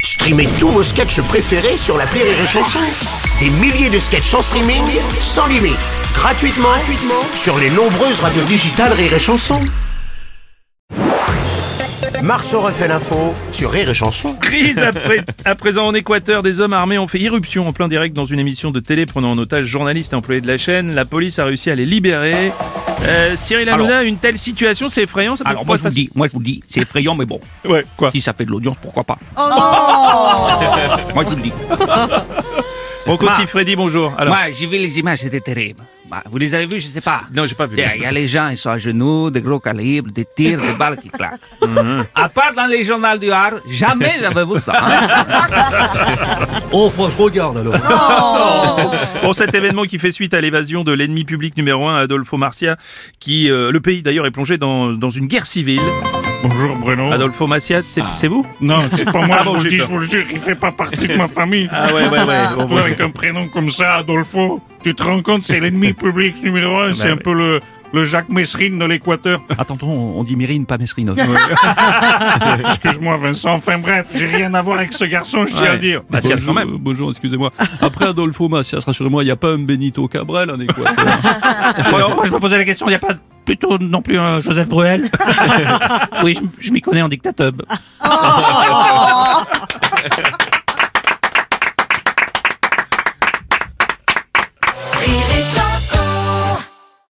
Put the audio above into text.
Streamez tous vos sketchs préférés sur la Rire et Chanson. Des milliers de sketchs en streaming, sans limite, gratuitement, gratuitement sur les nombreuses radios digitales Rire et Chanson. Marceau refait l'info sur Rire et Chanson. Crise après- à présent en Équateur, des hommes armés ont fait irruption en plein direct dans une émission de télé prenant en otage journalistes et employés de la chaîne. La police a réussi à les libérer. Euh, Cyril Hanouna, une telle situation, c'est effrayant. Ça peut Alors pas moi se je vous le dis, moi je vous le dis, c'est effrayant mais bon, passer- Ouais, quoi si ça fait de l'audience, pourquoi pas Moi je vous le dis. Donc aussi, Ma- Freddy, bonjour. Alors, Moi j'ai vu les images, c'était terrible. Bah, vous les avez vues, je sais pas. non, j'ai pas vu. Il y a- il y a les gens, ils sont à genoux, des gros calibres, des tirs, des balles qui claquent. Mhm. À part dans les journaux du Hard, jamais j'avais vu ça. hein. Oh, franchement, regarde alors. Pour cet événement qui fait suite à l'évasion de l'ennemi public numéro un, Adolfo Marcia, qui euh, le pays d'ailleurs est plongé dans, dans une guerre civile. Bonjour Bruno. Adolfo Marcia, c'est Ah. c'est vous Non, c'est pas moi, Ah je bon, vous le j'ai dis, je peur. vous le jure, il fait pas partie de ma famille. Ah ouais, ouais, ouais. Bon, Toi, avec un prénom comme ça, Adolfo, tu te rends compte, c'est l'ennemi public numéro un, Ah c'est un ben oui. peu le, le Jacques Messrine de l'Équateur. Attends, on dit Mérine, pas Mesrine. Excuse-moi Vincent, enfin bref, j'ai rien à voir avec ce garçon, je tiens à Ouais. le dire. Bah, c'est quand même. bonjour, excusez-moi. Après Adolfo Macias, rassurez-moi, il n'y a pas un Benito Cabrel en Équateur. Moi, moi, je me posais la question, il n'y a pas plutôt non plus un Joseph Bruel Oui, je, je m'y connais en dictateur.